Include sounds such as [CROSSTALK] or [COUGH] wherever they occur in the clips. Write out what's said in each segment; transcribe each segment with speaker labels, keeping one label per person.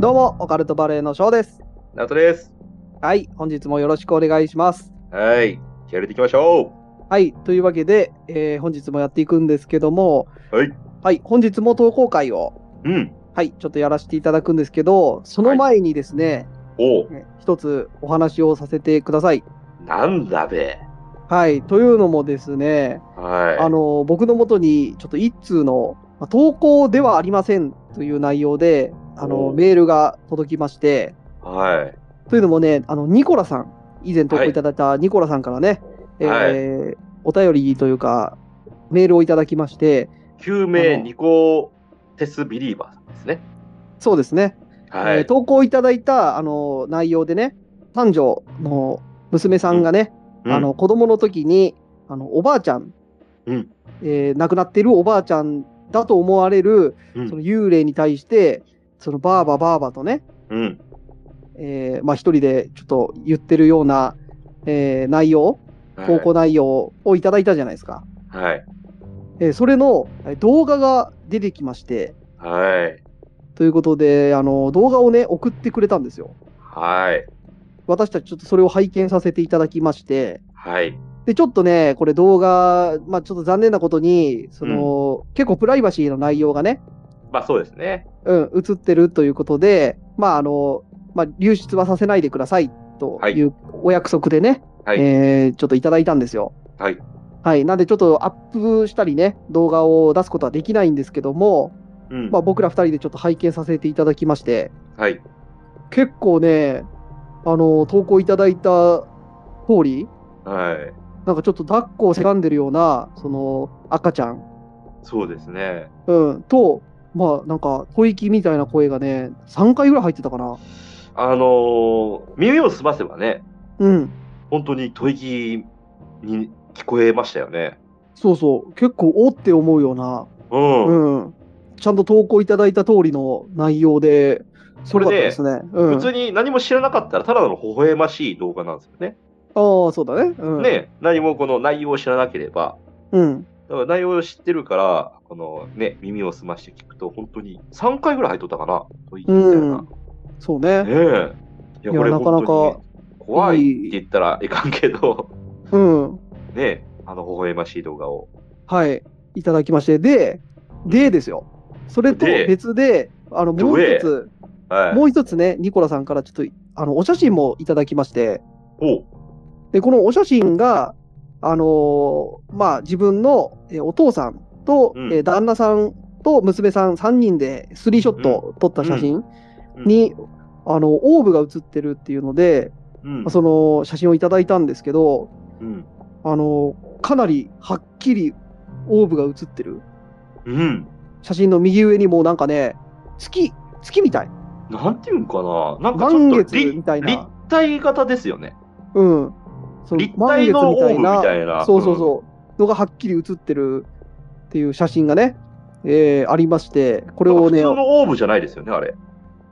Speaker 1: どうも、オカルトバレーの翔です。
Speaker 2: ナオトです。
Speaker 1: はい、本日もよろしくお願いします。
Speaker 2: はい。気合入れていきましょ
Speaker 1: はい、というわけで、えー本日もやっていくんですけども、
Speaker 2: はい。
Speaker 1: はい、本日も投稿会を、
Speaker 2: う。うん。
Speaker 1: はい、ちょっとやらせていただくんですけど、その前にですね、
Speaker 2: おう。
Speaker 1: え一つお話をさせてください。
Speaker 2: なんだべ。
Speaker 1: はい、というのもですね、
Speaker 2: はい。
Speaker 1: あ、の、僕のもとに、ちょっと一通の、まあ投稿ではありませんという内容で、あの、
Speaker 2: お
Speaker 1: メールが届きまして、
Speaker 2: はい。
Speaker 1: というのもね、あの、ニコラさん、以前投稿いただいたニコラさんからね、えーお便りというか、メールをいただきまして、
Speaker 2: 救
Speaker 1: あ
Speaker 2: 命
Speaker 1: の
Speaker 2: ニコテスビリーバーですね。
Speaker 1: そうですね、
Speaker 2: はい。
Speaker 1: えー投稿いただいたあの内容でね、三女の娘さんがね、
Speaker 2: うん
Speaker 1: あの、子供の時にあのおばあちゃん、
Speaker 2: うん
Speaker 1: えー亡くなっているおばあちゃんだと思われる
Speaker 2: うん
Speaker 1: その幽霊に対して、そのばあばばあばとね、
Speaker 2: うん。
Speaker 1: えーまあ、一人でちょっと言ってるような、えー内容、投稿内容をいただいたじゃないですか。
Speaker 2: はい。
Speaker 1: えーそれのえー動画が出てきまして、
Speaker 2: はい。
Speaker 1: ということで、あの動画をね、送ってくれたんですよ。
Speaker 2: はい。
Speaker 1: 私たちちょっとそれを拝見させていただきまして、
Speaker 2: はい。
Speaker 1: で、ちょっとね、これ動画、まあちょっと残念なことに、その、結構プライバシーの内容がね、
Speaker 2: まあそうですね。
Speaker 1: うん、映ってるということで、まああの、まあ流出はさせないでくださいと
Speaker 2: はい
Speaker 1: いうお約束でね、
Speaker 2: はい
Speaker 1: えーちょっといただいたんですよ。
Speaker 2: はい。
Speaker 1: はい。なんでちょっとアップしたりね、動画を出すことはできないんですけども、
Speaker 2: うん。
Speaker 1: まあ、僕ら2人でちょっと拝見させていただきまして、
Speaker 2: はい。
Speaker 1: 結構ね、あの投稿いただいた通り、
Speaker 2: はい。
Speaker 1: なんかちょっと抱っこをせがんでるような、その赤ちゃん、
Speaker 2: そうですね。
Speaker 1: うん、と、まあ、なんか吐息みたいな声がね、3回ぐらい入ってたかな。
Speaker 2: あのー、耳をすませばね、
Speaker 1: うん、
Speaker 2: 本当に吐息に聞こえましたよね。
Speaker 1: そうそう、結構おって思うような、
Speaker 2: うん。
Speaker 1: うん、ちゃんと投稿いただいた通りの内容で、す
Speaker 2: こ
Speaker 1: ごか
Speaker 2: れ
Speaker 1: った
Speaker 2: で
Speaker 1: ですね。うん、
Speaker 2: 普通に何も知らなかったらただの微笑ましい動画なんですよね。
Speaker 1: ああ、そうだね。うん、
Speaker 2: ね何もこの内容を知らなければ。
Speaker 1: うん、
Speaker 2: だから内容を知ってるから、このね、耳を澄まして聞くと、本当に3回ぐらい入っとったかな、と言いたいな。ね
Speaker 1: そうね。
Speaker 2: え。いや、
Speaker 1: いや
Speaker 2: これ
Speaker 1: なかなか
Speaker 2: 本当に怖いって言ったらいかんけど、 [LAUGHS]
Speaker 1: うん、
Speaker 2: ねえ、あの、微笑ましい動画を。
Speaker 1: はい、いただきまして、で、でですよ。それと
Speaker 2: で
Speaker 1: 別で、あのもう一つ、
Speaker 2: はい。
Speaker 1: もう一つね、ニコラさんからちょっとあのお写真もいただきまして、
Speaker 2: お
Speaker 1: でこのお写真が、あのーまあ、自分のえお父さんと、
Speaker 2: うん
Speaker 1: え旦那さんと娘さん3人でスリーショット撮った写真
Speaker 2: うん
Speaker 1: に、あのオーブが写ってるっていうので、
Speaker 2: うん
Speaker 1: まあ。その写真をいただいたんですけど、
Speaker 2: うん。
Speaker 1: あのかなりはっきりオーブが写ってる。
Speaker 2: うん。
Speaker 1: 写真の右上にもうなんかね、月、月みたい。
Speaker 2: なんていうんかな。なんかちょっと
Speaker 1: 満月みたいな
Speaker 2: 立体型ですよね。
Speaker 1: うん。そ
Speaker 2: 立体のオーブみたいな。
Speaker 1: そうそうそう。のがはっきり写ってるっていう写真がね、えーありまして、これをね
Speaker 2: 普、通のオーブじゃないですよね、あれ。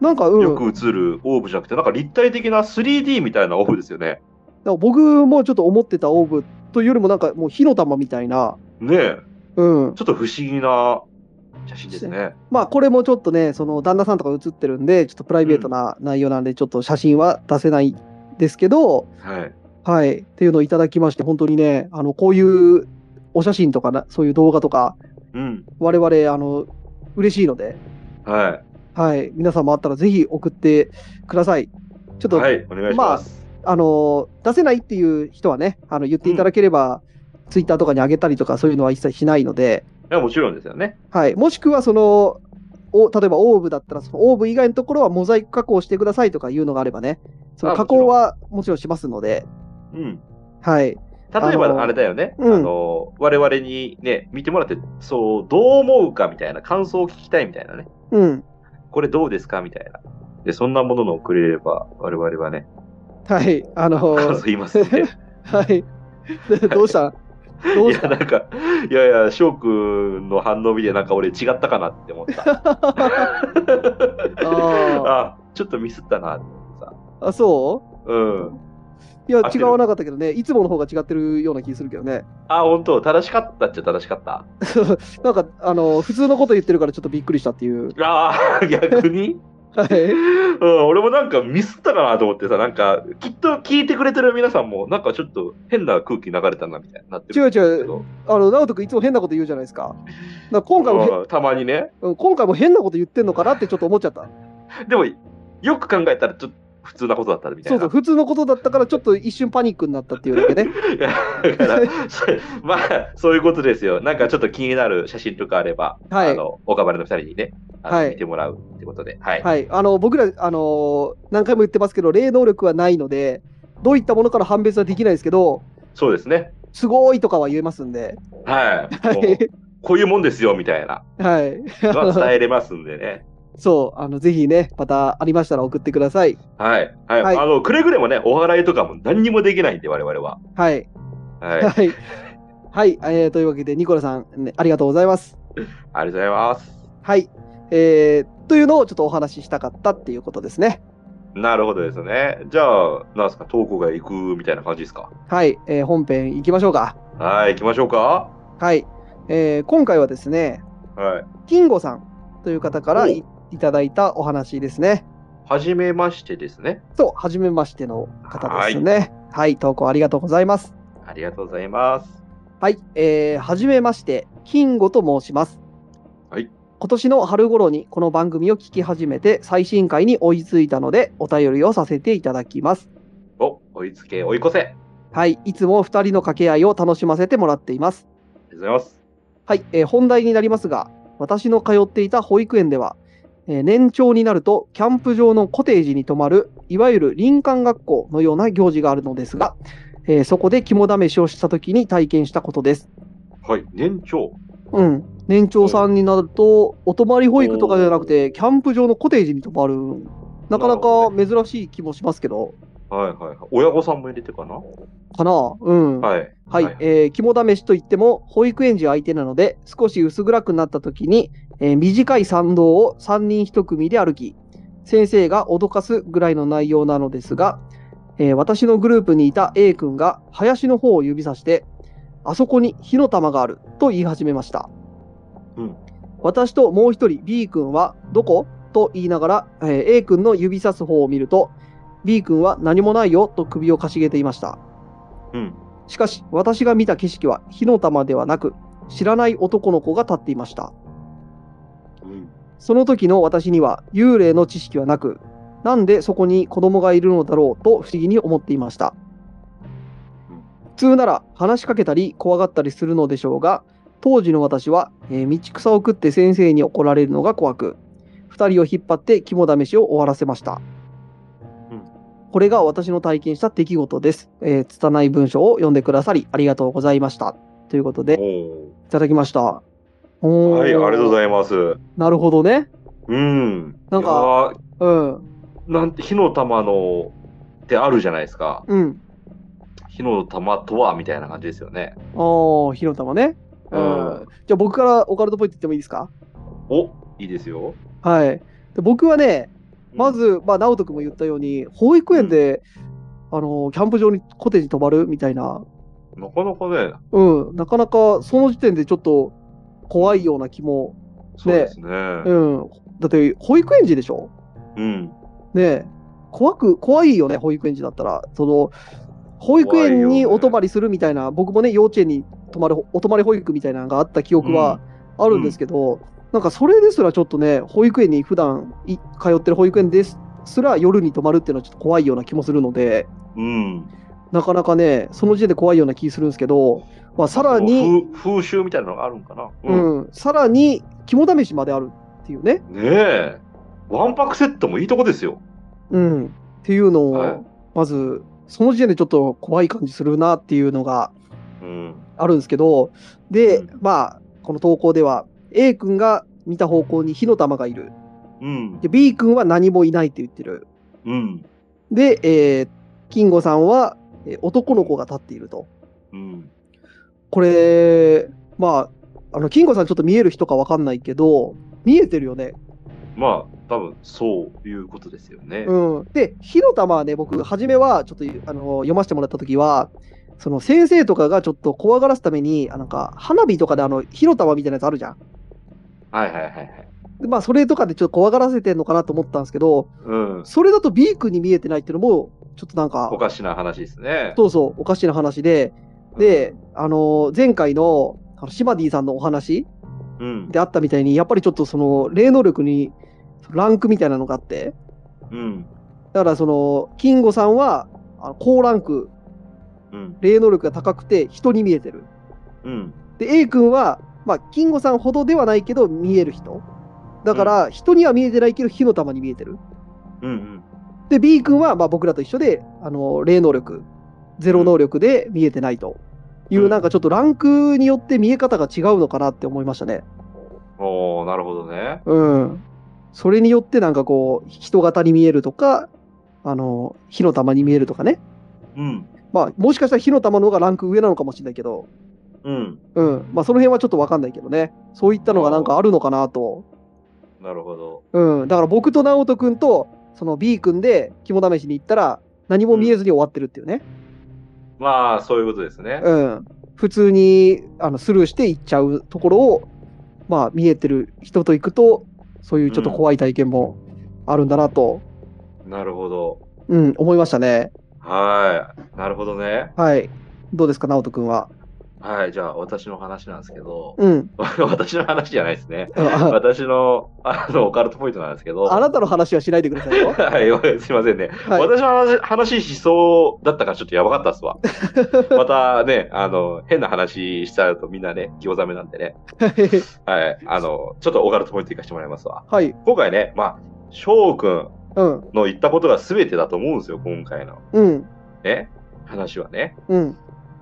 Speaker 1: なんか、
Speaker 2: よ
Speaker 1: うん、
Speaker 2: く映るオーブじゃなくて、なんか立体的な 3D みたいなオーブですよね。
Speaker 1: なんか僕もちょっと思ってたオーブというよりもなんかもう火の玉みたいな、
Speaker 2: ねえ、
Speaker 1: うん。
Speaker 2: ちょっと不思議な写真ですね。
Speaker 1: まあこれもちょっとね、その旦那さんとか写ってるんで、ちょっとプライベートな内容なんで、ちょっと写真は出せないですけど、
Speaker 2: はい。
Speaker 1: はい、っていうのをいただきまして、本当にね、あのこういうお写真とかな、そういう動画とか、
Speaker 2: うん。
Speaker 1: 我々、あの嬉しいので、
Speaker 2: は
Speaker 1: はい、皆さんもあったらぜひ送ってください。ちょっ
Speaker 2: い。
Speaker 1: と、
Speaker 2: はい。お願いします。
Speaker 1: あの出せないっていう人はね、あの言っていただければ、ツイッターとかに上げたりとか、そういうのは一切しないので、
Speaker 2: いや、もちろんですよね。
Speaker 1: はい、もしくはその、お例えばオーブだったら、そのオーブ以外のところはモザイク加工してくださいとかいうのがあればね、その
Speaker 2: あ
Speaker 1: 加
Speaker 2: もちろ
Speaker 1: 工
Speaker 2: ん
Speaker 1: はもちろんしますので、
Speaker 2: うん。
Speaker 1: はい、
Speaker 2: 例え
Speaker 1: あの
Speaker 2: ば、あれだよね。あ
Speaker 1: うん
Speaker 2: の、我々にね、見てもらって、そう、どう思うかみたいな、感想を聞きたいみたいなね。
Speaker 1: うん、
Speaker 2: これどうですかみたいな。で、そんなものの送れれば、我々はね、
Speaker 1: はい、あ
Speaker 2: [LAUGHS]
Speaker 1: の
Speaker 2: 感想言いますね。
Speaker 1: はい。でどうした [LAUGHS] どう
Speaker 2: い
Speaker 1: した
Speaker 2: や、なんか、いやいや、翔くんの反応見て、なんか俺違ったかなって思った。
Speaker 1: [LAUGHS]
Speaker 2: [LAUGHS]
Speaker 1: あ
Speaker 2: あちょっとミスったな。
Speaker 1: ーあ、そう
Speaker 2: うん。
Speaker 1: いや
Speaker 2: 合っ、て
Speaker 1: 違
Speaker 2: る
Speaker 1: わなかったけどね、いつもの方が違ってるような気するけどね。
Speaker 2: あ、本当正しかったっちゃ正しかった。
Speaker 1: なんか、あの、普通のこと言ってるからちょっとびっくりしたっていう。
Speaker 2: [LAUGHS] ああ、逆に
Speaker 1: はい。
Speaker 2: うん、俺もなんかミスったかなと思ってさ、なんか、きっと聞いてくれてる皆さんも、なんかちょっと変な空気流れたな、みたいになってるんですけど。
Speaker 1: あの、直人君いつも変なこと言うじゃないですか。だから今回もへ
Speaker 2: うんたまにね。
Speaker 1: うん、今回も変なこと言ってんのかなってちょっと思っちゃった。
Speaker 2: でも、よく考えたら、ちょっと普通なことだったみたい
Speaker 1: そう
Speaker 2: な。
Speaker 1: そう、普通のことだったからちょっと一瞬パニックになったっていうだけね。
Speaker 2: いや [LAUGHS] だから、そまあ、そういうことですよ。なんかちょっと気になる写真とかあれば、
Speaker 1: はい
Speaker 2: あの、岡丸の二人にね、あの
Speaker 1: はい
Speaker 2: 見てもらうってことで。はい。
Speaker 1: はい。あの、僕ら、あのー何回も言ってますけど、霊能力はないので、どういったものから判別はできないですけど、
Speaker 2: そうですね。
Speaker 1: すごいとかは言えますんで。
Speaker 2: はい。
Speaker 1: は
Speaker 2: もう
Speaker 1: い。
Speaker 2: こういうもんですよ、みた
Speaker 1: [LAUGHS]
Speaker 2: いな。
Speaker 1: はい。
Speaker 2: が伝えれますんでね。
Speaker 1: そう、あの、ぜひね、またありましたら送ってください。
Speaker 2: はい。はい。
Speaker 1: はい
Speaker 2: あの、くれぐれもね、お祓いとかも何にもできないんで、我々は。
Speaker 1: はい。 [LAUGHS]
Speaker 2: はい。ありが
Speaker 1: はい。はい、えーというわけで、ニコラさん、ねありがとうございます。
Speaker 2: とうございます。
Speaker 1: はい。えー、というのをちょっとお話ししたかったっていうことですね。
Speaker 2: なるほどですね。じゃあ、なんすか、投稿が行くみたいな感じですか。
Speaker 1: はい、えー本編行きましょうか。
Speaker 2: はい、行きましょうか。
Speaker 1: はい。えー今回はですね、
Speaker 2: はい。
Speaker 1: 金吾さんという方から
Speaker 2: お
Speaker 1: いいただいたお話ですね。
Speaker 2: はじめましてですね。
Speaker 1: と、はじめましての方ですね。はい、投稿ありがとうございます。
Speaker 2: ありがとうございます。
Speaker 1: はい、えー、はじめまして、金吾と申します。
Speaker 2: はい。
Speaker 1: 今年の春頃にこの番組を聞き始めて最新回に追いついたのでお便りをさせていただきます。
Speaker 2: お、追いつけ、追い越せ。あり
Speaker 1: はい、いつも二人の掛け合いを楽しませてもらっています。
Speaker 2: がとうございます。
Speaker 1: はい、えー本題になりますが、私の通っていた保育園では、えー年長になるとキャンプ場のコテージに泊まる、いわゆる林間学校のような行事があるのですが、えーそこで肝試しをした時に体験したことです。
Speaker 2: はい、年長。
Speaker 1: うん、年長さんになると、お泊まり保育とかじゃなくて、キャンプ場のコテージに泊まる、なかなか珍しい気もしますけど、
Speaker 2: はいはいはい。親御さんも入れてかな
Speaker 1: かな、うん。
Speaker 2: はい。
Speaker 1: はい、
Speaker 2: はい
Speaker 1: えー肝試しといっても、保育園児相手なので、少し薄暗くなった時に、えー短い参道を3人1組で歩き、先生が脅かすぐらいの内容なのですが、えー私のグループにいた A 君が林の方を指さして、あそこに火の玉があると言い始めました。
Speaker 2: うん
Speaker 1: 私ともう一人 B 君は、どこと言いながら、えー A 君の指さす方を見ると、B 君は何もないよと首をかしげていました。
Speaker 2: うん。
Speaker 1: しかし、私が見た景色は火の玉ではなく、知らない男の子が立っていました。
Speaker 2: うん。
Speaker 1: その時の私には幽霊の知識はなく、なんでそこに子供がいるのだろうと不思議に思っていました
Speaker 2: うん。
Speaker 1: 普通なら話しかけたり怖がったりするのでしょうが、当時の私は、えー道草を食って先生に怒られるのが怖く、二人を引っ張って肝試しを終わらせました。
Speaker 2: うん
Speaker 1: これが私の体験した出来事です。えー、拙い文章を読んでくださり、ありがとうございました。ということで、
Speaker 2: お
Speaker 1: いただきました。
Speaker 2: ーはい、ありがとうご
Speaker 1: い
Speaker 2: ざいます。
Speaker 1: ます。なるほどね。
Speaker 2: うん。
Speaker 1: なんか
Speaker 2: いやー、
Speaker 1: うん。
Speaker 2: なんて火の玉のってあるじゃないですか。
Speaker 1: うん。
Speaker 2: 火の玉とはみたいな感じですよね。
Speaker 1: ああ、火の玉ね。う
Speaker 2: うん
Speaker 1: ん。じゃあ僕からオカルトポイント言ってもいいですか
Speaker 2: おいいですよ。
Speaker 1: はい。で僕はね、ま
Speaker 2: うん、
Speaker 1: ず、まあ、直人君も言ったように、保育園で、あのーキャンプ場にコテージ泊まるみたいな、
Speaker 2: なかなかね、
Speaker 1: うん、なかなかその時点でちょっと怖いような気も、
Speaker 2: そうですね。
Speaker 1: うん。だって、保育園児でしょ
Speaker 2: うん。
Speaker 1: ねえ怖く、怖いよね、保育園児だったら。その、保育園
Speaker 2: 怖い
Speaker 1: に
Speaker 2: よね
Speaker 1: お泊まりするみたいな、僕もね、幼稚園に泊まる、お泊まり保育みたいなのがあった記憶はあるんですけど、なんかそれですらちょっとね、保育園に普段い通ってる保育園ですすら夜に泊まるっていうのはちょっと怖いような気もするので、
Speaker 2: うん。
Speaker 1: なかなかね、その時点で怖いような気するんですけど、まあ、さらに、
Speaker 2: 風風習みたいなのがあるんかな。
Speaker 1: う。ん、さらに肝試しまであるっていうね、
Speaker 2: ねえ。ワンパクセットもいいとこですよ。
Speaker 1: うん、っていうのを、
Speaker 2: はい
Speaker 1: まず、その時点でちょっと怖い感じするなっていうのが
Speaker 2: うん。
Speaker 1: あるんですけど、で、
Speaker 2: うん
Speaker 1: まあ、この投稿では、A 君が見た方向に火の玉がいる。
Speaker 2: うん。
Speaker 1: で、B 君は何もいないって言ってる。
Speaker 2: うん。
Speaker 1: で、えー、キンゴさんは、えー男の子が立っていると。
Speaker 2: うん。
Speaker 1: これ、まあ、あの、キンゴさんちょっと見える人かわかんないけど、見えてるよね。
Speaker 2: まあ、多分そういうことですよね。
Speaker 1: うん。で、火の玉はね、僕、初めは、ちょっと、あの、読ませてもらったときは、その先生とかがちょっと怖がらすために、あなんか、花火とかであの、火の玉みたいなやつあるじゃん。
Speaker 2: はいはいはいはい。
Speaker 1: でまあ、それとかでちょっと怖がらせてんのかなと思ったんですけど、
Speaker 2: うん。
Speaker 1: それだと B 君に見えてないっていうのも、ちょっとなんか
Speaker 2: お、かしな話ですね。
Speaker 1: そうそう、おかしな話で、で、あのー前回の、あのシマディさんのお話
Speaker 2: うん。
Speaker 1: であったみたいに、やっぱりちょっとその、霊能力に、ランクみたいなのがあって、
Speaker 2: うん。
Speaker 1: だからその、金吾さんは、あの高ランク、
Speaker 2: うん。
Speaker 1: 霊能力が高くて、人に見えてる。
Speaker 2: うん。
Speaker 1: で、A 君は、まあ、金吾さんほどではないけど、見える人。だから、人には見えてないけど、火の玉に見えてる。
Speaker 2: うん。
Speaker 1: で、B 君は、まあ、僕らと一緒で、あの、霊能力、ゼロ能力で見えてないという、
Speaker 2: うん
Speaker 1: なんかちょっとランクによって見え方が違うのかなって思いましたね。
Speaker 2: おー、なるほどね。
Speaker 1: うん。それによって、なんかこう、人型に見えるとか、あの、火の玉に見えるとかね。
Speaker 2: うん。
Speaker 1: まあ、もしかしたら火の玉の方がランク上なのかもしれないけど、
Speaker 2: うん。
Speaker 1: うん。まあ、その辺はちょっとわかんないけどね。そういったのがなんかあるのかなと。
Speaker 2: なるほど。
Speaker 1: うん。だから僕と直人君と、その B 君で肝試しに行ったら、何も見えずに終わってるっていうね。
Speaker 2: まあ、そういうことですね。
Speaker 1: うん、普通にあのスルーして行っちゃうところを、まあ、見えてる人と行くと、そういうちょっと怖い体験もあるんだなと、
Speaker 2: なるほど。
Speaker 1: うん思いましたね。
Speaker 2: はい。なるほどね。は
Speaker 1: は
Speaker 2: い
Speaker 1: い。どうですか、直人君は。
Speaker 2: はい。じゃあ、私の話なんですけど、 [LAUGHS]
Speaker 1: うん。
Speaker 2: 私の話じゃないですね。
Speaker 1: [LAUGHS] あ
Speaker 2: 私の、あの、オカルトポイントなんですけど、
Speaker 1: あなたの話はしないでくださいよ。
Speaker 2: はい、すいませんね。
Speaker 1: はい。
Speaker 2: 私の話話しそうだったからちょっとやばかったっ
Speaker 1: [LAUGHS]
Speaker 2: すわ。またね、あの、変な話しちゃうとみんなね、興ざめなんでね。はい。あの、ちょっとオカルトポイント行かしてもらいますわ。
Speaker 1: はい。
Speaker 2: 今回ね、まあ、翔くん
Speaker 1: うん。
Speaker 2: の言ったことが全てだと思うんですよ、今回の
Speaker 1: うん。
Speaker 2: ね、話はね。
Speaker 1: うん。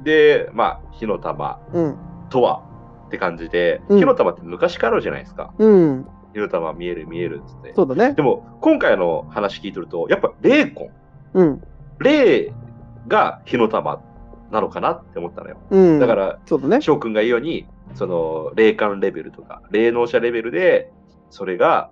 Speaker 2: で、まあ、火の玉
Speaker 1: うん。
Speaker 2: とはって感じで、
Speaker 1: うん
Speaker 2: 火の玉って昔からあるじゃないですか。
Speaker 1: うん。
Speaker 2: 火の玉見える見えるっつって。
Speaker 1: そうだね
Speaker 2: で。も、今回の話聞いてると、やっぱ霊魂、
Speaker 1: うん。
Speaker 2: 霊が火の玉なのかなって思ったのよ。
Speaker 1: うん。
Speaker 2: だか、ら、
Speaker 1: そうだね。
Speaker 2: 翔くんが言うように、その、霊感レベルとか、霊能者レベルで、それが、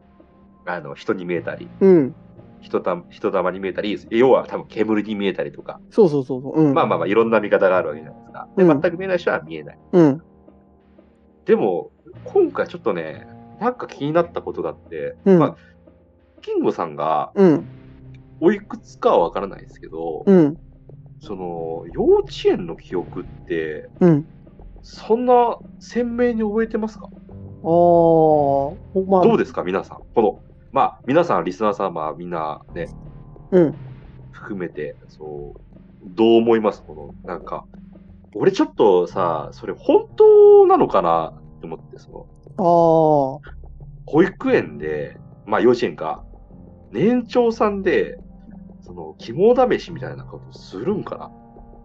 Speaker 2: あの、人に見えたり、
Speaker 1: うん。
Speaker 2: 人た人玉に見えたり、要は多分煙に見えたりとか、
Speaker 1: そうそうそうそう。うん。
Speaker 2: まあまあまあ、いろんな見方があるわけじゃないですか。で、
Speaker 1: うん
Speaker 2: 全く見えない人は見えない。
Speaker 1: うん。
Speaker 2: でも、今回ちょっとね、なんか気になったことがあって、
Speaker 1: うん
Speaker 2: まあ、キングさんが、
Speaker 1: うん。
Speaker 2: おいくつかはわからないですけど、
Speaker 1: うん。
Speaker 2: その、幼稚園の記憶って、
Speaker 1: うん。
Speaker 2: そんな鮮明に覚えてますか
Speaker 1: ああ、ほまあ、
Speaker 2: どうですか、皆さん。この、まあ、皆さん、リスナー様、みんなね、
Speaker 1: うん。
Speaker 2: 含めて、そう、どう思いますこの、なんか、俺ちょっとさ、それ本当なのかなって思って、その、
Speaker 1: ああ、
Speaker 2: 保育園で、まあ、幼稚園か、年長さんで、その、肝試しみたいなことするんかな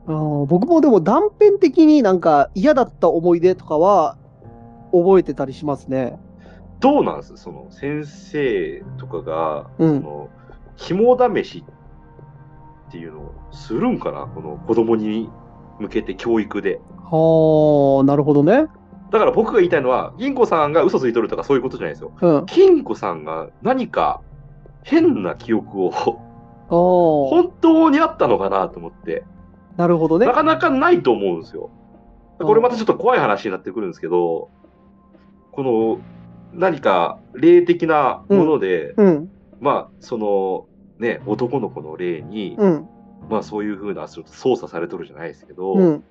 Speaker 1: あの僕もでも断片的になんか嫌だった思い出とかは覚えてたりしますね。
Speaker 2: どうなんすその、先生とかが、
Speaker 1: う
Speaker 2: そ
Speaker 1: ん。
Speaker 2: の、肝試しっていうのをするんかなこの子供に向けて教育で。
Speaker 1: はあ、なるほどね。
Speaker 2: だから僕が言いたいのは、銀子さんが嘘ついとるとかそういうことじゃないですよ。
Speaker 1: うん。あ
Speaker 2: 金子さんが何か変な記憶を
Speaker 1: あ、
Speaker 2: 本当にあったのかなと思って、
Speaker 1: なるほどね
Speaker 2: な。かなかないと思うんですよ。これまたちょっと怖い話になってくるんですけど、この何か霊的なもので、
Speaker 1: うん。
Speaker 2: まあそのね、男の子の霊に、
Speaker 1: うん。
Speaker 2: まあそういうふうなちょっと操作されとるじゃないですけど、
Speaker 1: うん。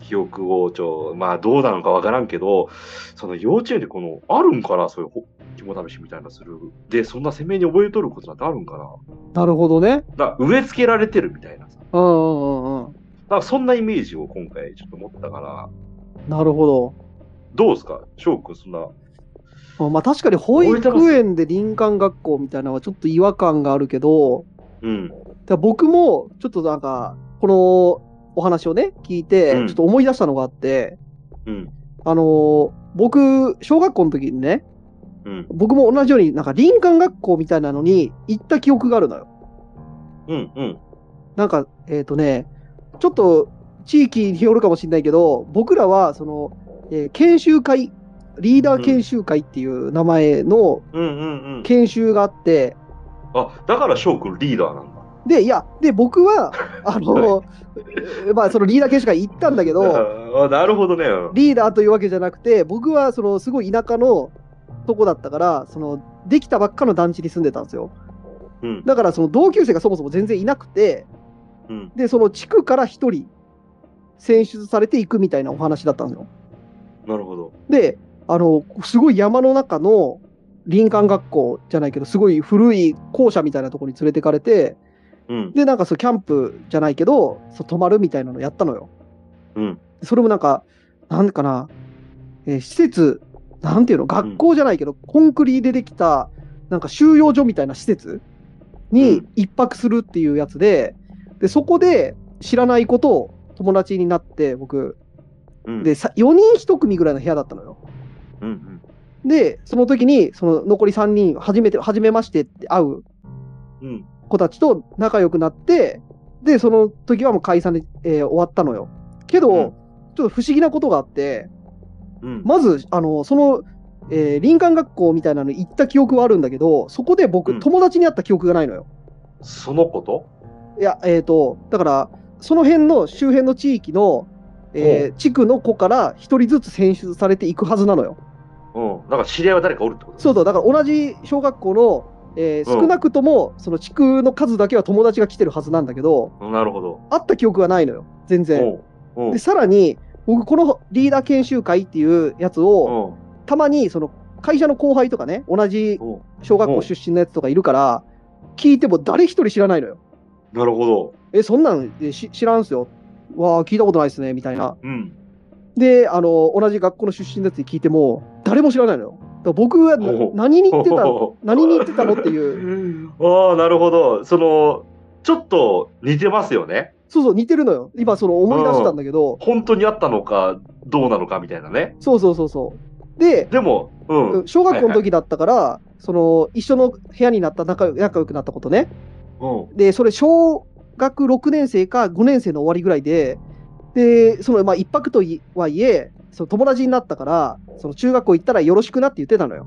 Speaker 2: 記憶をちょ、まあどうなのかわからんけど、その幼稚園でこの、あるんかなそういうほ肝試しみたいなする。で、そんな鮮明に覚えとることなんてあるんかな
Speaker 1: なるほどね。
Speaker 2: だから植え付けられてるみたいなさ。だ
Speaker 1: うんうんうんうん。
Speaker 2: からそんなイメージを今回ちょっと持ったから、
Speaker 1: なるほど
Speaker 2: どうですか翔くんそんな。
Speaker 1: うん。まあ確かに保育園で林間学校みたいなのはちょっと違和感があるけど、
Speaker 2: うん。
Speaker 1: だから僕もちょっとなんか、このお話をね、聞いて、ち
Speaker 2: う
Speaker 1: ょ
Speaker 2: ん
Speaker 1: っと思い出したのがあって、
Speaker 2: うん。
Speaker 1: あのー僕、小学校の時にね、
Speaker 2: うん。
Speaker 1: 僕も同じように、なんか林間学校みたいなのに行った記憶があるのよ。
Speaker 2: うん。うん。
Speaker 1: なんか、えっ、とね、ちょっと地域によるかもしれないけど、僕らは、その、えー研修会、リーダー研修会っていう名前の
Speaker 2: うん。うん。うん。
Speaker 1: 研修があって、
Speaker 2: あ、だから翔くんリーダーなんだ。
Speaker 1: で、いや、で、僕は、あの、 [LAUGHS] まあ、そのリーダー研修会行ったんだけど、
Speaker 2: ああなるほどね。うん
Speaker 1: リーダーというわけじゃなくて、僕は、その、すごい田舎の、とこだったから、その、できたばっかの団地に住んでたんですよ。
Speaker 2: うん。
Speaker 1: だから、その同級生がそもそも全然いなくて、
Speaker 2: うん。
Speaker 1: で、その地区から一人選出されていくみたいなお話だったんですよ。
Speaker 2: なるほど。
Speaker 1: で、あの、すごい山の中の林間学校じゃないけど、すごい古い校舎みたいなところに連れてかれて、
Speaker 2: うん。
Speaker 1: で、なんかそう、キャンプじゃないけど、そう泊まるみたいなのやったのよ。
Speaker 2: うん。
Speaker 1: それもなんか、なんかな、えー施設、なんていうの、学校じゃないけど、コンクリでできた、なんか収容所みたいな施設
Speaker 2: う
Speaker 1: に
Speaker 2: ん
Speaker 1: 一泊するっていうやつで、で、そこで知らないことを友達になって、僕、
Speaker 2: うん。
Speaker 1: で、さ4人1組ぐらいの部屋だったのよ。
Speaker 2: うん。うん。
Speaker 1: で、その時に、その残り3人、初めて、初めましてって会う
Speaker 2: うん。
Speaker 1: 子たちと仲良くなって、で、その時はもう解散で、えー終わったのよ。けど、
Speaker 2: うん
Speaker 1: ちょっと不思議なことがあって、
Speaker 2: うん。
Speaker 1: まず、あの、その、えー林間学校みたいなのに行った記憶はあるんだけど、そこで僕、
Speaker 2: うん
Speaker 1: 友達に会った記憶がないのよ。
Speaker 2: そのこと
Speaker 1: いや、えっ、と、だから、その辺の周辺の地域の、えー地区の子から一人ずつ選出されていくはずなのよ。
Speaker 2: うん。だから知り合いは誰かおるってこと
Speaker 1: そうそう、だから同じ小学校の、えー
Speaker 2: うん
Speaker 1: 少なくともその地区の数だけは友達が来てるはずなんだけど、
Speaker 2: うんなるほど。
Speaker 1: 会った記憶がないのよ、全然。
Speaker 2: うん。うん
Speaker 1: で、。さらに、僕、このリーダー研修会っていうやつを、
Speaker 2: うん。
Speaker 1: たまにその会社の後輩とかね、同じ
Speaker 2: うん
Speaker 1: 小学
Speaker 2: う
Speaker 1: 校
Speaker 2: ん
Speaker 1: 出身のやつとかいるから、聞いても誰一人知らないのよ。
Speaker 2: なるほど。
Speaker 1: え、そんなんえし知らんすよ。わあ、聞いたことないですね、みたいな。
Speaker 2: うん。
Speaker 1: で、あの、同じ学校の出身のやつに聞いても、誰も知らないのよ。だから僕はな
Speaker 2: おう
Speaker 1: 何に言ってた
Speaker 2: [LAUGHS] おう
Speaker 1: 何に言ってたのっていう。
Speaker 2: ああ、なるほど。その、ちょっと似てますよね。
Speaker 1: そうそう、似てるのよ。今、その思い出したんだけど、
Speaker 2: 本当にあったのか、どうなのかみたいなね。
Speaker 1: そうそうそうそう。で、
Speaker 2: でも、うん。
Speaker 1: 小学校の時だったから、その、一緒の部屋になった仲良、仲良くなったことね。
Speaker 2: うん。
Speaker 1: で、それ、小学6年生か5年生の終わりぐらいで、で、その、まあ、一泊といはいえ、その友達になったから、その中学校行ったらよろしくなって言ってたのよ。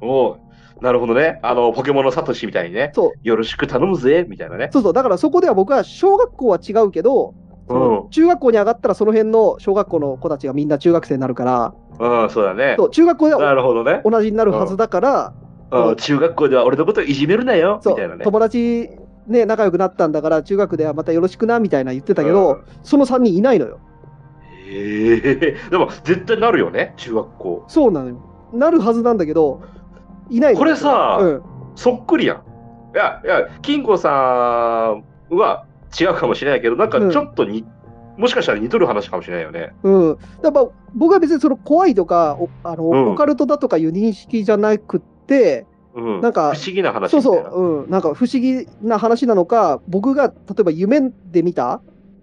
Speaker 2: おうなるほどね。あの、ポケモンのサトシみたいにね。
Speaker 1: そう。
Speaker 2: よろしく頼むぜ、みたいなね。
Speaker 1: そうそう、だからそこでは僕は小学校は違うけど、その中学校に上がったらその辺の小学校の子たちがみんな中学生になるから、
Speaker 2: うん。うん、そうだね
Speaker 1: そ。う中学校で
Speaker 2: な
Speaker 1: は
Speaker 2: るほどね。
Speaker 1: 同じになるはずだから、
Speaker 2: うん中学校では俺のこといじめるなよ、
Speaker 1: そ
Speaker 2: み
Speaker 1: う
Speaker 2: たいなね。
Speaker 1: 友達ね仲良くなったんだから中学ではまたよろしくなみたいな言ってたけど、
Speaker 2: うん
Speaker 1: その3人いないのよ
Speaker 2: へえ [LAUGHS] でも絶対なるよね中学校
Speaker 1: そうなのよなるはずなんだけどいないのよ
Speaker 2: これさ
Speaker 1: うん、
Speaker 2: そっくりやんいやいや金吾さんは違うかもしれないけどなんか
Speaker 1: うん
Speaker 2: ちょっとに、もしかしたら似とる話かもしれないよね
Speaker 1: うん、だから僕は別にその怖いとかおあの、
Speaker 2: うん
Speaker 1: オカルトだとかいう認識じゃなくって
Speaker 2: うん
Speaker 1: なんか
Speaker 2: 不思議な話
Speaker 1: そう
Speaker 2: みたい
Speaker 1: そ
Speaker 2: な
Speaker 1: う、うん、なんか不思議な話なのか僕が例えば夢で見た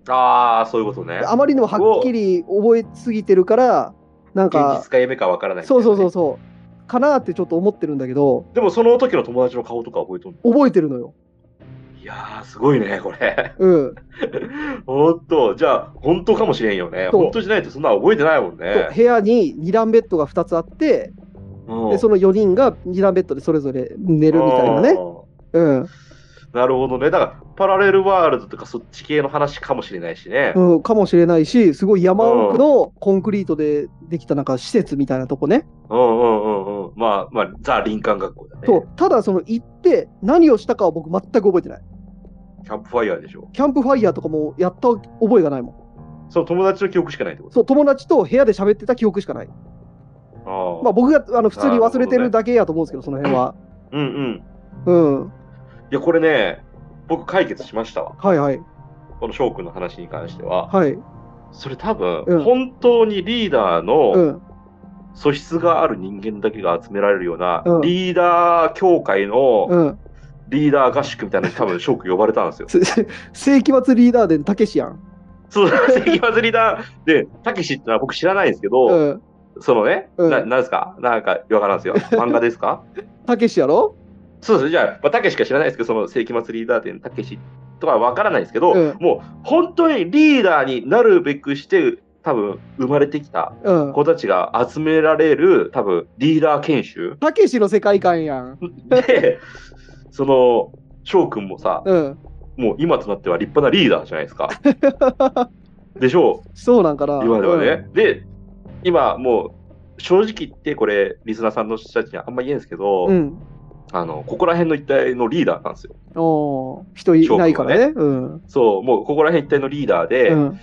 Speaker 2: ああそういうことね
Speaker 1: あまりにもはっきり覚えすぎてるからなん
Speaker 2: 現
Speaker 1: か
Speaker 2: 実か夢かわからないみたい
Speaker 1: そ
Speaker 2: な
Speaker 1: う
Speaker 2: ね
Speaker 1: そうそうそうかなってちょっと思ってるんだけど
Speaker 2: でもその時の友達の顔とか覚えとる
Speaker 1: 覚えてるのよ
Speaker 2: いやーすごいねこれ [LAUGHS]
Speaker 1: うん
Speaker 2: ほんとじゃあ本当かもしれんよね
Speaker 1: そう
Speaker 2: 本当じゃないとそんな覚えてないもん
Speaker 1: と
Speaker 2: ね
Speaker 1: 部屋に2段ベッドが2つあって、
Speaker 2: うん
Speaker 1: でその4人が2段ベッドでそれぞれ寝るみたいなね。
Speaker 2: うん
Speaker 1: うん
Speaker 2: なるほどね。だから、パラレルワールドとかそっち系の話かもしれないしね。
Speaker 1: うん、かもしれないし、すごい山奥のコンクリートでできたなんか施設みたいなとこね。
Speaker 2: うんうんうんうん。まあ、まあ、ザ・林間学校だね。
Speaker 1: と、ただその行って何をしたかは僕全く覚えてない。
Speaker 2: キャンプファイヤーでしょ。
Speaker 1: キャンプファイヤーとかもやった覚えがないもん。
Speaker 2: その友達の記憶しかないってこと
Speaker 1: そう、友達と部屋で喋ってた記憶しかない。
Speaker 2: ああ、
Speaker 1: まあ僕があの普通に忘れてるだけやと思うんですけど、その辺は。
Speaker 2: うんうん。
Speaker 1: うん。
Speaker 2: いや、これね、僕解決しましたわ。
Speaker 1: はいはい。
Speaker 2: この翔くんの話に関しては。
Speaker 1: はい。
Speaker 2: それ多分、
Speaker 1: うん
Speaker 2: 本当にリーダー
Speaker 1: う
Speaker 2: の
Speaker 1: ん。
Speaker 2: 素質がある人間だけが集められるような、
Speaker 1: うん
Speaker 2: リーダー協会の
Speaker 1: うん。
Speaker 2: リーダー合宿みたいなのに多分翔くん呼ばれたんですよ。
Speaker 1: せせ [LAUGHS] 世紀末リーダーでたけしやん。
Speaker 2: そう、関松リーダーで、たけしってのは僕知らないんですけど、
Speaker 1: うん。
Speaker 2: そのね、
Speaker 1: うん
Speaker 2: ななんですかなんか、わから
Speaker 1: [LAUGHS]
Speaker 2: んですよ。漫画ですか
Speaker 1: たけしやろ
Speaker 2: そうです。じゃあ、まあ、たけしか知らないですけど、その世紀末リーダー店のたけしとかわからないですけど、
Speaker 1: うん
Speaker 2: もう、本当にリーダーになるべくして、多分、生まれてきた
Speaker 1: うん。
Speaker 2: 子たちが集められる、多分、リーダー研修
Speaker 1: たけしの世界観やん。
Speaker 2: で、その、翔くんもさ、
Speaker 1: うん。
Speaker 2: もう今となっては立派なリーダーじゃな
Speaker 1: [LAUGHS]
Speaker 2: いですか。でしょう
Speaker 1: そうなんかな。
Speaker 2: 今ではね。で、今もう正直言ってこれ、リスナーさんの人たちにはあんま言えんですけど、
Speaker 1: うん。
Speaker 2: あの、ここら辺の一帯のリーダーなんですよ。
Speaker 1: おー人いないからね。うん。
Speaker 2: そう、もうここら辺一帯のリーダーで、
Speaker 1: うん。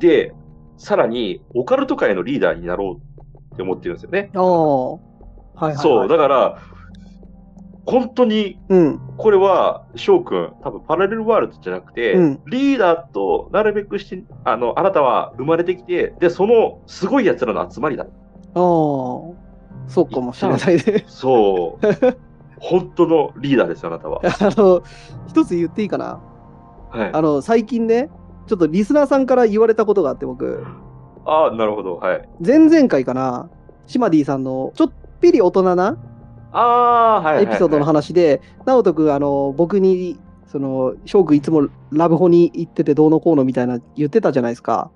Speaker 2: で、さらに、オカルト界のリーダーになろうって思ってるんですよね。
Speaker 1: ああ。はいはい、はい。
Speaker 2: そう、。だから、本当に、
Speaker 1: うん。
Speaker 2: これは、翔くん、多分パラレルワールドじゃなくて、
Speaker 1: うん
Speaker 2: リーダーとなるべくして、あの、あなたは生まれてきて、で、その、すごい奴らの集まりだ。
Speaker 1: ああ。そうかもしれないね。。
Speaker 2: そう。本当のリーダーです、あなたは
Speaker 1: [LAUGHS] あの、一つ言っていいかな。
Speaker 2: はい。
Speaker 1: あの、最近ね、ちょっとリスナーさんから言われたことがあって、僕、
Speaker 2: ああ、なるほど。はい。
Speaker 1: 前々回かな、シマディさんのちょっぴり大人な
Speaker 2: ああ、はいはい、
Speaker 1: エピソードの
Speaker 2: はい。
Speaker 1: 話で、直人君、あの、僕に、その、翔くんいつもラブホに行っててどうのこうのみたいな言ってたじゃないですか。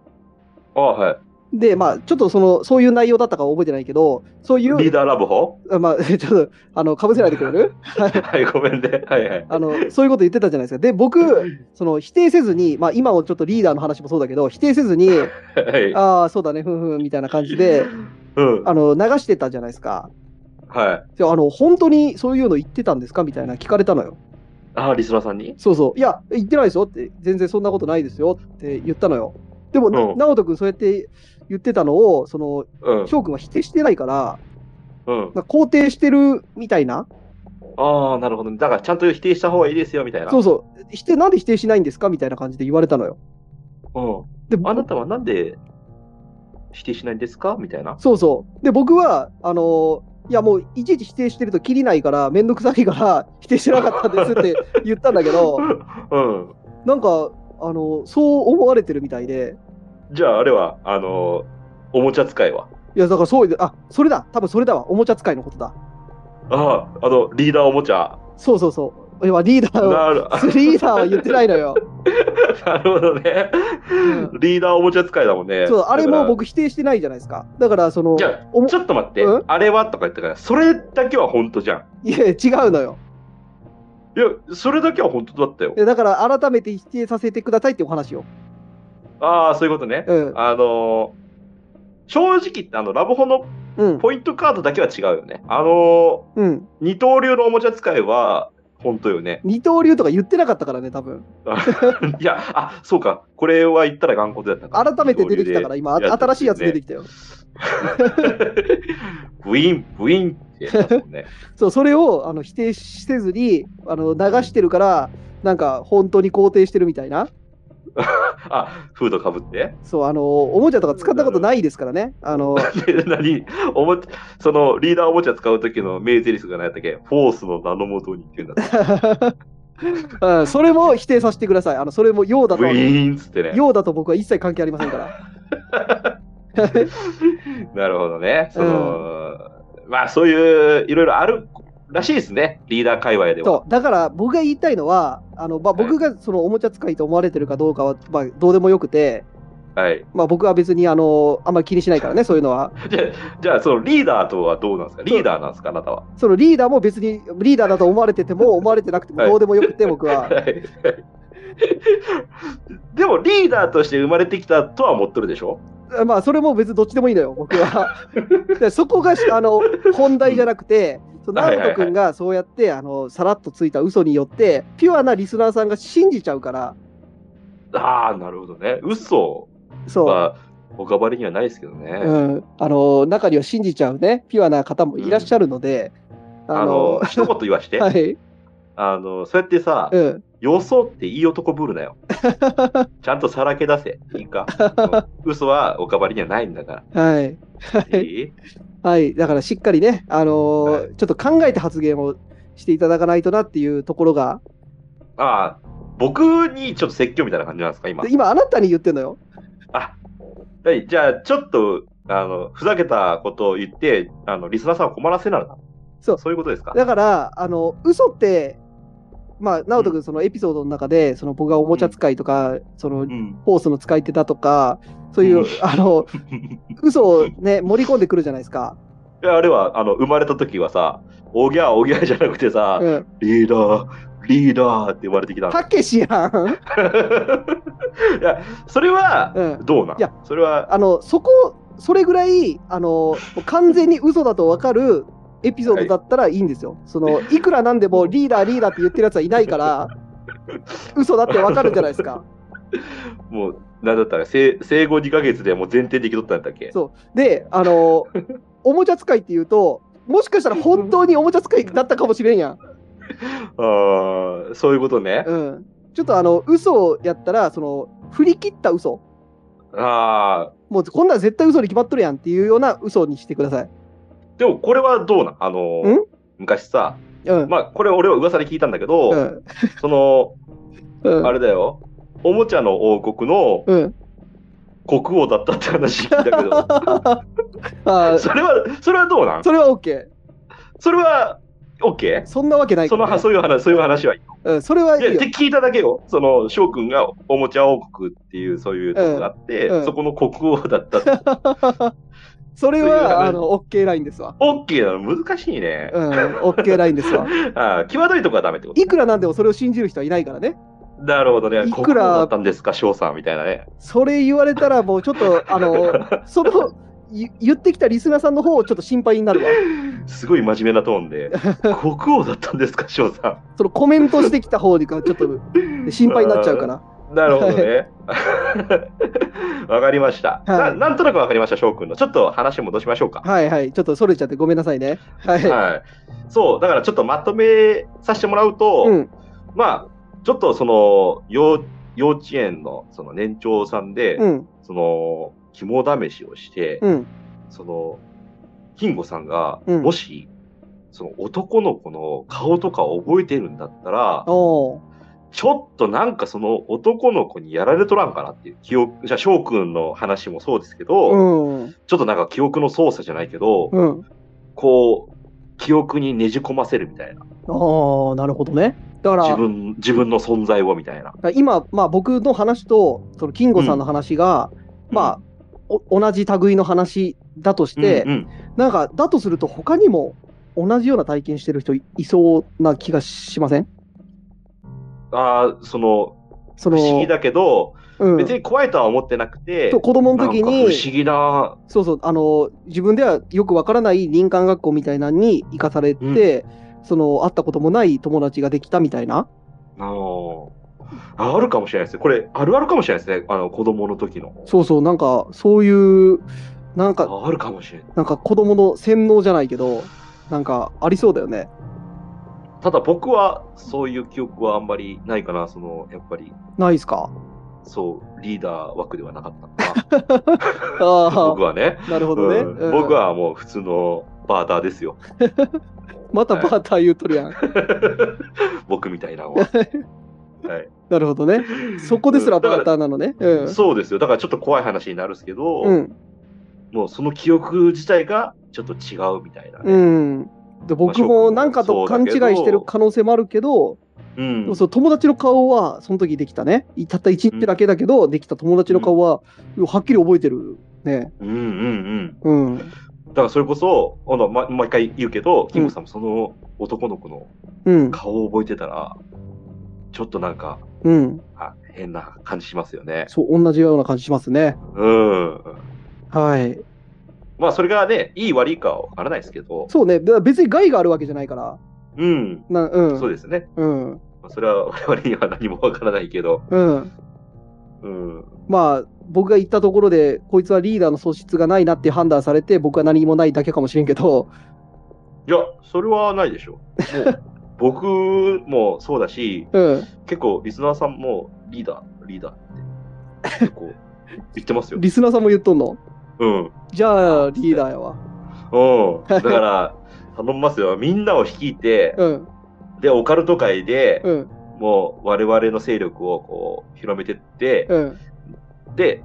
Speaker 2: ああ、はい。
Speaker 1: で、まあ、ちょっとその、そういう内容だったかは覚えてないけど、そうい
Speaker 2: リー
Speaker 1: う、
Speaker 2: ダーラブホ
Speaker 1: あまあ、 [LAUGHS] ちょっと、あの、かぶせないでくれ
Speaker 2: [LAUGHS]
Speaker 1: る
Speaker 2: はい、ごめんね。はいはい。
Speaker 1: あの、そういうこと言ってたじゃないですか。で、僕、その、否定せずに、まあ、今もちょっとリーダーの話もそうだけど、否定せずに、
Speaker 2: はい。
Speaker 1: ああ、そうだね、ふんふん、みたいな感じ
Speaker 2: [LAUGHS]
Speaker 1: で、
Speaker 2: うん。
Speaker 1: あの、流してたじゃないですか。
Speaker 2: はい。
Speaker 1: であの、本当にそういうの言ってたんですかみたいな聞かれたのよ。
Speaker 2: ああ、リスナーさんに
Speaker 1: そうそう。いや、言ってないですよって、全然そんなことないですよって言ったのよ。でも、
Speaker 2: うん
Speaker 1: 直人君そうやって言ってたのを、その、
Speaker 2: うん。
Speaker 1: 翔くんは否定してないから、
Speaker 2: うん。
Speaker 1: なんか肯定してるみたいな。
Speaker 2: ああ、なるほど、ね。だから、ちゃんと否定した方がいいですよ、みたいな。
Speaker 1: そうそう。否定、なんで否定しないんですかみたいな感じで言われたのよ。
Speaker 2: う
Speaker 1: で、
Speaker 2: ん。あなたはなんで否定しないんですかみたいな。
Speaker 1: そうそう。で、僕は、あのーいやもういちいち否定してるときりないから、めんどくさいから、 [LAUGHS] 否定してなかったんですって言ったんだけ
Speaker 2: [LAUGHS]
Speaker 1: ど、
Speaker 2: うん。
Speaker 1: なんか、あの、そう思われてるみたいで、
Speaker 2: じゃあ、あれは、あのおもちゃ使いは。
Speaker 1: いや、だからそう、あ、それだ、多分それだわ、おもちゃ使いのことだ。
Speaker 2: ああ、あの、リーダーおもちゃ。
Speaker 1: そうそうそう。いや、リーダーは、
Speaker 2: なる [LAUGHS]
Speaker 1: リーダーは言ってないのよ。
Speaker 2: なるほどね
Speaker 1: う。
Speaker 2: リーダーおもちゃ [LAUGHS] 使いだもんね。
Speaker 1: そう、あれ
Speaker 2: だか
Speaker 1: も
Speaker 2: ら。
Speaker 1: 僕否定してないじゃないですか。だから、その、
Speaker 2: じゃ
Speaker 1: お
Speaker 2: あ、
Speaker 1: も
Speaker 2: ちょっと待って
Speaker 1: うん。
Speaker 2: あれはとか言ったから、それだけは本当じゃん。
Speaker 1: いや、違うのよ。
Speaker 2: いや、それだけは本当だったよ。
Speaker 1: でだから、改めて否定させてくださいってお話を。
Speaker 2: ああ、そういうことね。
Speaker 1: うん。
Speaker 2: あの正直言って、あの、ラブホの
Speaker 1: うん。
Speaker 2: ポイントカードだけは違うよね。あの
Speaker 1: うん。
Speaker 2: 二刀流のおもちゃ使いは、本当よね。
Speaker 1: 二刀流とか言ってなかったからね、多分。
Speaker 2: [LAUGHS] いや、あ、そうか。これは言ったら頑固だった
Speaker 1: 改めて出てきたから、今、あ新しいやつ出て
Speaker 2: き
Speaker 1: きたよ。
Speaker 2: た。ブイン、ブインってやつだもんね。
Speaker 1: そう、それをあの否定せずに、あの流してるから、なんか、本当に肯定してるみたいな。
Speaker 2: あ、フードかぶって。 [LAUGHS]
Speaker 1: そう、あの、おもちゃとか使ったことないですからね。あ [LAUGHS] の、
Speaker 2: で、何おもその、リーダーおもちゃ使う時の名台詞が何やったっけフォースの名のもとにっていうんだった。
Speaker 1: うんそれも否定させてください。あの、それも用だと
Speaker 2: ブイ、ーンっつってね。
Speaker 1: 用だと僕は一切関係ありませんから。
Speaker 2: なるほどね。その、まあ、そういう、いろいろあるらしいですね。リーダー界隈では。
Speaker 1: そう、だから僕が言いたいのは、あの、まあ、
Speaker 2: はい
Speaker 1: 僕がそのおもちゃ使いと思われてるかどうかは、まあ、どうでもよくて、
Speaker 2: はい。
Speaker 1: まあ、僕は別に、あの、あんまり気にしないからね、そういうのは。
Speaker 2: じゃあ、じゃあそのリーダーとはどうなんですかリーダーなんですかあなたは。
Speaker 1: そのリーダーも別にリーダーだと思われてても、思われてなくても
Speaker 2: はい
Speaker 1: どうでもよくて、僕 [LAUGHS] は。
Speaker 2: はいでもリーダーとして生まれてきたとは思っとるでしょ
Speaker 1: まあ、それも別にどっちでもいいのよ、僕
Speaker 2: [LAUGHS]
Speaker 1: は。でそこがしあの本題じゃなくて、その
Speaker 2: はい
Speaker 1: 直
Speaker 2: はいはい
Speaker 1: 人君がそうやってあのさらっとついた嘘によって、ピュアなリスナーさんが信じちゃうから、
Speaker 2: ああなるほどね嘘
Speaker 1: そう、
Speaker 2: は他ばりにはないですけどね、
Speaker 1: うん、あの中には信じちゃうね、ピュアな方もいらっしゃるので、
Speaker 2: あ
Speaker 1: あ
Speaker 2: の
Speaker 1: [LAUGHS] の、
Speaker 2: 一言言わして、
Speaker 1: はい、
Speaker 2: あのそうやってさ、
Speaker 1: うん、
Speaker 2: 予想っていい男ぶ
Speaker 1: [LAUGHS]
Speaker 2: るなよちゃんとさらけ出せいいかうん嘘は他ばりにはないんだか
Speaker 1: はい、
Speaker 2: らいい
Speaker 1: はい、だからしっかりね、あの
Speaker 2: は
Speaker 1: ちょっと考えて発言をしていただかないとなっていうところが、
Speaker 2: ああ僕にちょっと説教みたいな感じなんですか今
Speaker 1: で今、あなたに言ってんのよ。
Speaker 2: あ、はい、じゃあ、ちょっと、あの、ふざけたことを言って、あの、リスナーさんを困らせならな。
Speaker 1: そう
Speaker 2: そういうことですか
Speaker 1: だから、あの嘘って、まあ、直人君、そのエピソードの中で、その僕がおもちゃ使いとか、その
Speaker 2: うん。
Speaker 1: ホースの使い手だとか、そういう、
Speaker 2: うん
Speaker 1: あの
Speaker 2: い
Speaker 1: 嘘を
Speaker 2: [LAUGHS]
Speaker 1: ね、盛り込んでくるじゃないですか。
Speaker 2: や、あれは、あの、生まれた時はさ、おぎゃーおぎゃーじゃなくてさ、
Speaker 1: うん
Speaker 2: リーダー、リーダーって言われてきたの。
Speaker 1: たけしやん。
Speaker 2: [LAUGHS] いや、それは
Speaker 1: う、ん
Speaker 2: どうなん
Speaker 1: いや
Speaker 2: それは、
Speaker 1: あの、そこ、それぐらい、あの、完全に嘘だとわかるエピソードだったらいいんですよ。そ
Speaker 2: [LAUGHS]
Speaker 1: の、いくらなんでもリーダーリーダーって言ってるやつはいないから、嘘だってわかるじゃないですか。
Speaker 2: もう、なんだったら、生生後2ヶ月でもう前提できとったんだっけ
Speaker 1: そうで、あの、おもちゃ使いっていうと、もしかしたら本当におもちゃ使いだったかもしれんやん。
Speaker 2: ああ、そういうことね。
Speaker 1: うん。ちょっとあの、嘘やったら、その、振り切った嘘。
Speaker 2: ああ、
Speaker 1: もうこんなん絶対嘘に決まっとるやんっていうような嘘にしてください。
Speaker 2: でもこれはどうなんあの
Speaker 1: ん、
Speaker 2: 昔さ、
Speaker 1: うん。
Speaker 2: まあ、これ俺は噂で聞いたんだけど、
Speaker 1: うん。
Speaker 2: その、
Speaker 1: うん
Speaker 2: あれだよ。おもちゃの王国の
Speaker 1: うん。 [LAUGHS]
Speaker 2: 国王だったって話聞いたけど、
Speaker 1: あー
Speaker 2: それは、それはどうなん
Speaker 1: それは OK。
Speaker 2: それは、OK?
Speaker 1: そんなわけない
Speaker 2: そ
Speaker 1: から
Speaker 2: の
Speaker 1: ね、
Speaker 2: はそういう話、そういう話はいい。
Speaker 1: うん、それはい
Speaker 2: いや、
Speaker 1: い
Speaker 2: っ
Speaker 1: よ
Speaker 2: て。聞いただけよ。その、翔くんがおもちゃ王国っていう、そういうとこがあって、
Speaker 1: うんうん
Speaker 2: そこの国王だったって。
Speaker 1: [LAUGHS] それ
Speaker 2: そういう
Speaker 1: は、
Speaker 2: 話
Speaker 1: あの、OK ラインですわ。
Speaker 2: [LAUGHS] OK なの難しいね
Speaker 1: う。ん、OK ラインですわ。
Speaker 2: ああ、際どいとこはダメってこと
Speaker 1: いくらなんでもそれを信じる人はいないからね。
Speaker 2: なるほどね。
Speaker 1: い
Speaker 2: 国
Speaker 1: く
Speaker 2: 王
Speaker 1: ら
Speaker 2: だったんですか、翔さんみたいなね。
Speaker 1: それ言われたら、もうちょっ
Speaker 2: [LAUGHS]
Speaker 1: と、あの、その、い言ってきたリスナーさんの方をちょっと心配になるわ。
Speaker 2: すごい真面目なトーンで、国王だったんですか、翔さん。
Speaker 1: そのコメントしてきた方にか、ちょっと心配になっちゃうから。
Speaker 2: なるほどね。 [LAUGHS] わかりました。
Speaker 1: はい
Speaker 2: ななんとなくわかりました、翔くんの。ちょっと話戻しましょうか。
Speaker 1: はいはい。ちょっとそれちゃってごめんなさいね。はい。
Speaker 2: はい。そう、だからちょっとまとめさせてもらうと、
Speaker 1: うん。
Speaker 2: まあ、ちょっとその、幼幼稚園のその年長さんで、
Speaker 1: うん。
Speaker 2: その、肝試しをして、
Speaker 1: うん。
Speaker 2: その、金吾さんが、
Speaker 1: うん
Speaker 2: もし、その男の子の顔とかを覚えてるんだったら、
Speaker 1: おー
Speaker 2: ちょっとなんかその男の子にやられとらんかなっていう記憶、じゃあ翔くんの話もそうですけど、
Speaker 1: うん。
Speaker 2: ちょっとなんか記憶の操作じゃないけど、
Speaker 1: うん。
Speaker 2: こう、記憶にねじ込ませるみたいな。
Speaker 1: ああ、なるほどね。だから、
Speaker 2: 自分、自分の存在をみたいな。
Speaker 1: だから今、まあ、僕の話とその金吾さんの話が、まあお同じ類の話だとして、
Speaker 2: うんうん
Speaker 1: なんかだとすると他にも同じような体験してる人いいそうな気がしません
Speaker 2: ああ、その、
Speaker 1: そ
Speaker 2: 不
Speaker 1: の
Speaker 2: 思議だけど、
Speaker 1: うん、
Speaker 2: 別に怖いとは思ってなくて、
Speaker 1: そう子供の
Speaker 2: なんか
Speaker 1: 時
Speaker 2: 不
Speaker 1: に
Speaker 2: 思議な、
Speaker 1: そうそうあの自分ではよくわからない林間学校みたいなのに行かされて、その会ったこともない友達ができたみたいな。
Speaker 2: あのああるかもしれないですね。これ、あるあるかもしれないですね。あの、子供の時の。
Speaker 1: そうそうなんかそういうなんか
Speaker 2: ああるかもしれない。
Speaker 1: なんか子供の洗脳じゃないけどなんかありそうだよね。
Speaker 2: ただ僕は、そういう記憶はあんまりないかな。その、やっぱり、
Speaker 1: ないですか
Speaker 2: そう、リーダー枠ではなかったかな。
Speaker 1: [LAUGHS] あ
Speaker 2: [LAUGHS] 僕はね。
Speaker 1: あ、なるほどね。
Speaker 2: う
Speaker 1: うん
Speaker 2: ん僕はもう普通のバーターですよ。 [LAUGHS]
Speaker 1: またバーター言うとるやん。
Speaker 2: 僕みたいなのは。
Speaker 1: なるほどね。そこですらバーターなのね。う
Speaker 2: うんん。そうですよ。だからちょっと怖い話になるんですけど、
Speaker 1: うん。
Speaker 2: もうその記憶自体がちょっと違うみたいな
Speaker 1: う
Speaker 2: ね。
Speaker 1: ん。で僕もなんかと勘違いしてる可能性もあるけど、
Speaker 2: うん
Speaker 1: でもその友達の顔はその時できたね。いたった1日だけだけど、できた友達の顔ははっきり覚えてるね。
Speaker 2: うんうんうん。
Speaker 1: うん。
Speaker 2: だからそれこそ、あの、ま、毎回言うけど、キングさんもその男の子の
Speaker 1: うん。
Speaker 2: 顔を覚えてたら、ちょっとなんか、
Speaker 1: うん。
Speaker 2: あ変な感じしますよね。
Speaker 1: そう、同じような感じしますね。
Speaker 2: うん。
Speaker 1: はい。
Speaker 2: まあそれがね、いい悪いかはわからないですけど、
Speaker 1: そうね。だから別に害があるわけじゃないから。
Speaker 2: うん。
Speaker 1: なうん。
Speaker 2: そうですね。
Speaker 1: うん。
Speaker 2: まあそれは我々には何もわからないけど、
Speaker 1: うん。
Speaker 2: うん。
Speaker 1: まあ、僕が言ったところで、こいつはリーダーの素質がないなって判断されて、僕は何もないだけかもしれんけど、
Speaker 2: いや、それはないでしょ。も [LAUGHS] う僕もそうだし、
Speaker 1: うん、
Speaker 2: 結構リスナーさんもリーダー、リーダーって結構言ってますよ。
Speaker 1: リスナーさんも言っとんの
Speaker 2: うん。うん。
Speaker 1: じゃあ、リーダーやわ。[LAUGHS]
Speaker 2: だから、頼みますよ。みんなを率いて、
Speaker 1: うん、
Speaker 2: で、オカルト界で、
Speaker 1: うん、
Speaker 2: もう我々の勢力をこう広めてって、
Speaker 1: うん、
Speaker 2: で、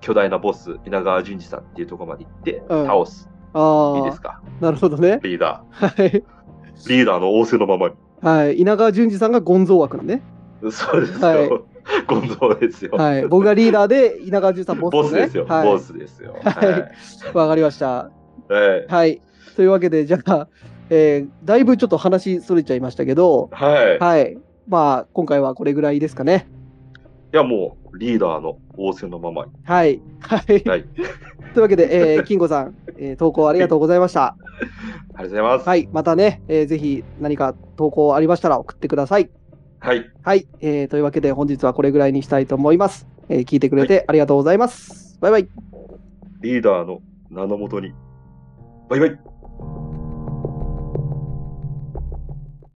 Speaker 2: 巨大なボス、稲川淳二さんっていうところまで行って、
Speaker 1: うん
Speaker 2: 倒す。いい
Speaker 1: あ
Speaker 2: です
Speaker 1: あ、
Speaker 2: か
Speaker 1: なるほどね。
Speaker 2: リーダ
Speaker 1: はい。
Speaker 2: ー。リーダーの仰せのままに。
Speaker 1: はい、稲川淳二さんがゴンゾー枠なんで、ね、
Speaker 2: そうですよ。
Speaker 1: はい
Speaker 2: [LAUGHS] ゴンゾーですよ。
Speaker 1: はい、僕がリーダーで稲川淳二さんボス,、ね、
Speaker 2: ボスですよ。
Speaker 1: はい、
Speaker 2: ボスですよ。はい
Speaker 1: わかりました。
Speaker 2: はい。
Speaker 1: はい、というわけで、じゃあ、えーだいぶちょっと話それちゃいましたけど、
Speaker 2: はい。い
Speaker 1: はい、まあ、今回はこれぐらいですかね。
Speaker 2: や、もう、リーダーの仰せのままに。
Speaker 1: はい。はい。とい
Speaker 2: はい。
Speaker 1: うわけで、えー、金吾さん、えー投稿ありがとうございました。
Speaker 2: ありがとうございます。
Speaker 1: はい。またね、えーぜひ何か投稿ありましたら送ってください。
Speaker 2: はい。
Speaker 1: はい、えーというわけで本日はこれぐらいにしたいと思います。えー聞いてくれてありがとうございます。バイバイ。
Speaker 2: リーダーの名のもとに。バイバイ。